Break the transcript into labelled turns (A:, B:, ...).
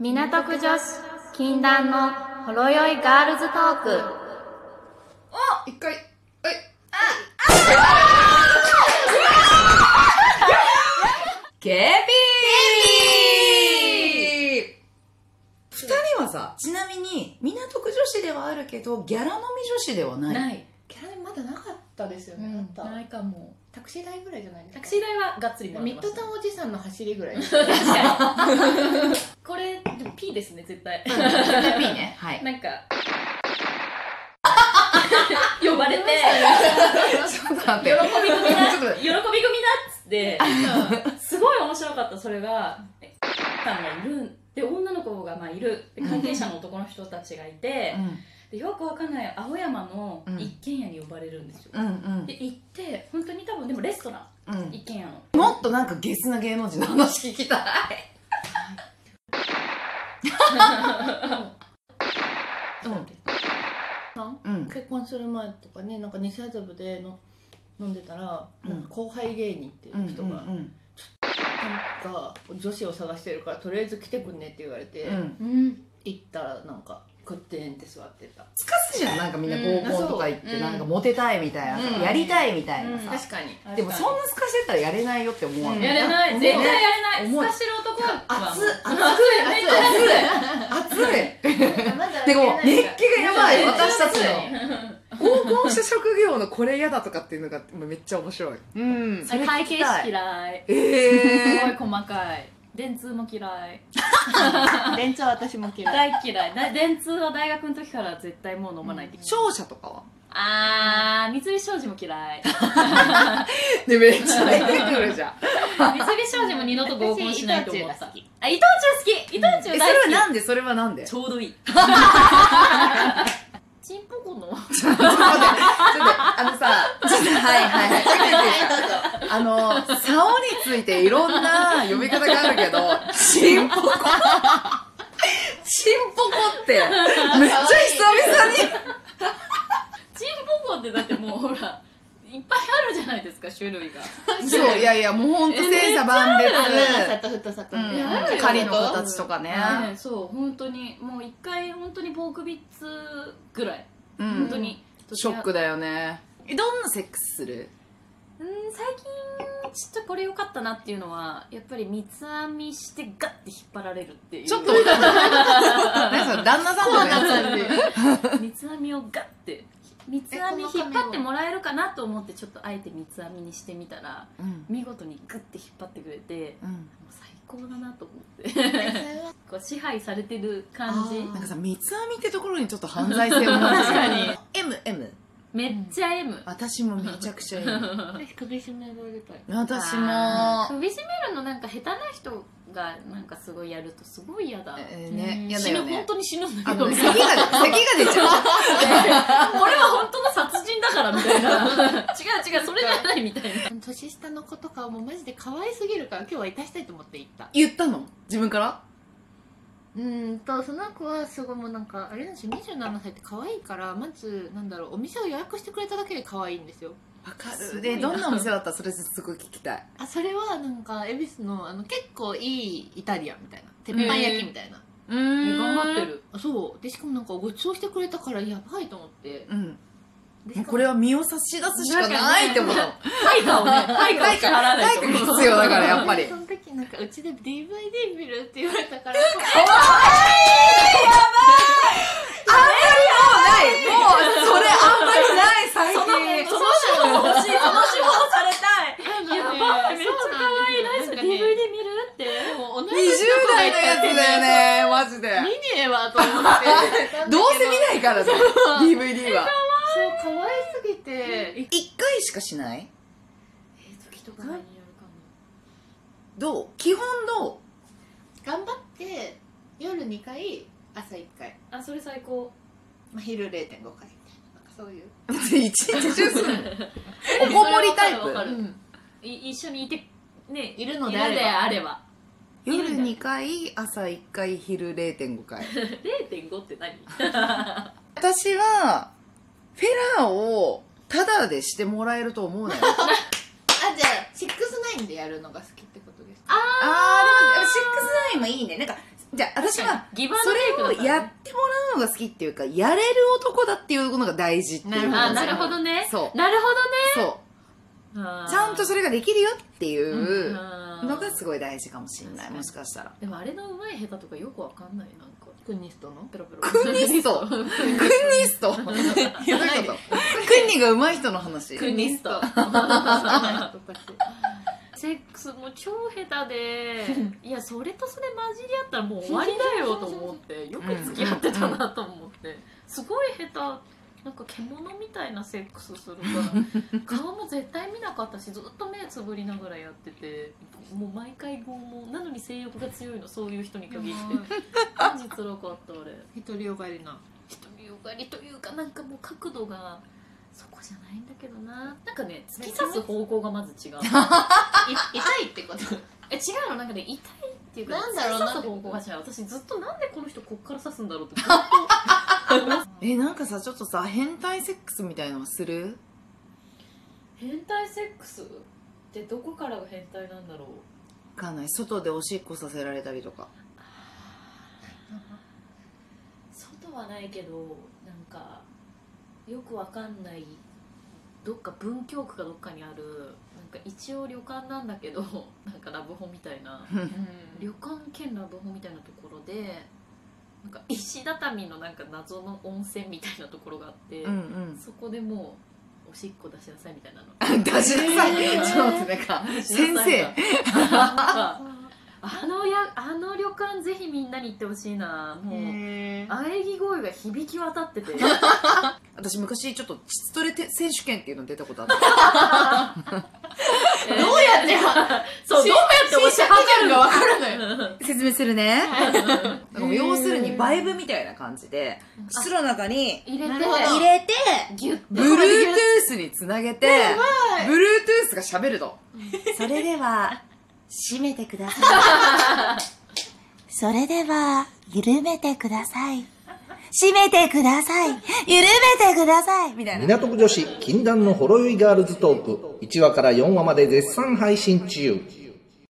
A: 港区女子禁断のほろ酔いガールズトーク
B: 一回、はい。
C: ケビー
B: 二人はさ、ちなみに、港区女子ではあるけど、ギャラ飲み女子ではない。
C: ない。
D: キャラでまだなかったですよね、
B: うん
D: あった
C: ないかも。
D: タクシー代ぐらいじゃないですか
C: タクシー代はがっつりもらって
D: ミ
C: ま
D: ッ
C: し
D: ド
C: た
D: タウンおじさんの走りぐらい
C: 確かに。これ、でも P ですね、絶対。
B: 絶対 P ね。はい。
C: なんか、呼ばれて、
B: ちょっと待って。ちょっと待っ
C: 喜び組だ、喜び組だっつって、すごい面白かった、それが、えさんがいる、で、女の子がまあいる、で関係者の男の人たちがいて
B: て。、
C: でよくわかんない青山の
B: うん
C: 一軒家に呼ばれるんですよ。
B: うん。うん
C: で、行って、本当に多分、でもレストラ
B: うん。
C: ン、一軒家の。
B: うん。もっとなんかゲスな芸能人の話聞きたい。うん。うん。
D: 結婚する前とかねなんか西麻布での飲んでたら、
B: うん
D: なんか後輩芸人っていう人が、なん
B: ん。
D: か女子を探してるからとりあえず来てくんねって言われて、
B: うん。
C: うん。
D: 行ったらなんかグッてんって座ってた
B: つかすじゃん。なんかみんな合コンとか行っ
D: う
B: て、
D: ん
B: なんかモテたいみたいなさ
D: うん
B: やりたいみたいなさ。
D: 確かに
B: でもそんなすかしてたらやれないよって思わ
D: う
B: なんい。
C: やれない、
B: ね
C: 絶対やれない。透
B: 重い
C: かしてる男は。
B: 熱い熱い
C: めっちゃ熱い。
B: 熱い。
D: まだ
B: でも熱気がやばい
C: めっちゃ
B: 私たち
C: 熱い
B: の合コンした職業のこれ嫌だとかっていうのがめっちゃ面白いうんそれ
C: 会
B: 聞き
C: 計士
B: たい
C: 嫌い。す
B: え
C: ごい
B: え
C: 細かい。電通も嫌い。
D: 連は私も嫌い
C: 大嫌 い。だ電通は大学の時から絶対もう飲まないって。
B: 勝者とかは
C: あー、三菱商事も嫌 い。
B: でめっちゃ出てくる じゃん
C: 三菱商事も二度と合コンしないと思った。あ、伊藤忠好き伊藤
B: えそ
C: 忠
B: れ
C: 大
B: は
C: 好
B: なんでそれはなんで
C: き。
B: ち
C: ち
B: ょ
C: ょうどいい。 チンポコの
B: っと待ってちょっとあのさちょっとはいはいあの竿についていろんな呼び方があるけどチンポコチンポコってめっちゃ久々に
C: チンポコってだってもうほら、いっぱいあるじゃないですか、種類が。
B: そういやいやもうほんと千差万別
D: 朝と太さとね
C: あるよ
B: 狩りの 形とかね、
C: ねそう本当にもう一回本当に棒首っつうぐらい、
B: う
C: 本当
B: ん、
C: に
B: ショックだよねえどんなセックスする
C: うん最近ちょっとこれ良かったなっていうのはやっぱり三つ編みしてガッて引っ張られるっていう
B: ちょっとなんかその旦那さんとのや
C: 三つ編みをガッて三つ編み引っ張ってもらえるかなと思ってちょっとあえて三つ編みにしてみたら
B: つうん
C: 見事にグッて引っ張ってくれて
B: うん
C: もう最高だなと思って こう支配されてる感じ
B: なんかさ三つ編みってところにちょっと犯罪性も 確
C: 確かに
B: MM
C: めっちゃ M
B: 私もめちゃく ちゃ M
D: 私首絞められたい
B: 私
C: あー
B: も
C: 首絞めるのなんか下手な人がなんかすごいやるとすごい嫌だ、
B: えーね
D: うん
B: 嫌だ
C: 死
B: よ
C: ぬ本
B: ね
C: 当に死ぬんだ
B: あ
C: けど
B: の
C: み
B: 咳
C: たい
B: が
C: なこ
B: 咳が出ちゃう
C: れは本当の殺人だからみたいな違う違うそれじゃないみたいな
D: 年下の子とかはもうマジで可愛すぎるから今日は致したいと思って行った
B: 言ったの自分から
D: うーんとその子はすごいもうなんかあれなんですよ27歳って可愛いからまずなんだろうお店を予約してくれただけで可愛いんですよ
B: わか
C: すご
B: る
C: い
B: で
C: な
B: どんなお店だったそれすごい聞きたい
D: あそれはなんか恵比寿のあの結構いいイタリアンみたいな鉄板焼きみたいな、
B: う
C: 頑張って
B: る
C: る
D: あそうでしかもなんかごちそうしてくれたからやばいと思って
B: うんも
D: でしか
B: う
D: も
B: これは身を差し出すしかないって思う
C: 対価をね 対価を支払わないと
B: 体育必要だからやっぱり
D: その時なんかうちで DVD 見るって言われたか
B: な
D: ら
B: いもうそれあんまりない最
C: その
B: 近
C: その手法欲しいその手法された
D: や
C: いやばいめっちゃ可愛い ナイス DVD 見るって
D: もう同じ
B: 20代のやつだよねマジ で
D: 見ねえわと思って
B: どうせ見ないからさ DVD は
D: そう可愛すぎて
B: 1回しかしない
C: 時と
D: かによる
C: かも
B: どう基本ど
D: 頑張って夜2回朝1回、
C: あそれ最高
D: まあ、昼0.5回みたいななんかそういう
B: う一日中するおこもりタイ
C: わか
B: プ
C: る
D: ん
C: い一緒にいてね
D: いるのであれば
C: れば
B: 夜2回朝1回昼0.5回
C: 0.5って何
B: 私はフェラーをタダでしてもらえると思う のよ
D: あじゃあ69でやるのが好きってことですか
B: あーでもシックスナインもいいねなんかじゃあ私は
C: ギバードテイク
B: それを
C: だから
B: や
C: ね
B: ってもらうのが好きっていうかやれる男だっていうのが大事っていう
D: や
C: あなるほどね
B: そう
C: なるほ
B: そ
C: どね
B: うちゃんとそれができるよっていううの
C: の
B: がすごい大事かもしれない
C: うん
B: もしかしたら
C: でもあれの上手い下手とかよくわかんないなんか
D: クニストの
C: ペロペロ
B: クンニストクンニストどういうことクンニが上手い人の話
C: クニスト セックスも超下手でいやそれとそれ混じり合ったらもう終わりだよと思ってよく付き合ってたなと思ってすごい下手なんか獣みたいなセックスするから 顔も絶対見なかったしずっと目つぶりながらやっててもう毎回拷問なのに性欲が強いのそういう人に限ってマジ辛かったあれ
D: 一人よがりな
C: 独りよがりというかなんかもう角度がそこじゃないんだけどななんかね突き刺す方向がまず違 うい痛いってことえ違うのなんかね痛いっていうか
D: なんだろうな
C: 突き刺す方向が違う私ずっとなんでこの人こっから刺すんだろう ってずっと
B: えなんかさちょっとさ変態セックスみたいなのする
C: 変態セックスってどこからが変態なんだろう
B: わかんない外でおしっこさせられたりと か
C: 外はないけどなんかよくわかんないどっか文京区かどっかにあるなんか一応旅館なんだけどなんかラブホみたいな旅館兼ラブホみたいなところでなんか石畳のなんか謎の温泉みたいなところがあって、
B: うんうん
C: そこでもうおしっこ出しなさいみたいなの
B: 出しなさい、
C: え ー
B: ちょっと待ってなんか先生
C: 生あのやあの旅館ぜひみんなに行ってほしいなもう
D: へー
C: 喘ぎ声が響き渡っ てて
B: 私昔ちょっとチトレて選手権っていうの出たことあった
C: どうやってそうどうやって押し量るの
B: 分かるのよ説明するねなんかもう
D: へー
B: 要するにバイブみたいな感じで筒の中に
C: 入れ
D: なる
C: て
D: ほど
B: 入れて
C: ギュッて
B: Bluetooth につなげて Bluetooth が喋ると それでは締めてください
E: それでは、緩めてください。締めてください。緩めてください。
B: みたいな
F: 港区女子禁断のほろ酔いガールズトーク1話から4話まで絶賛配信中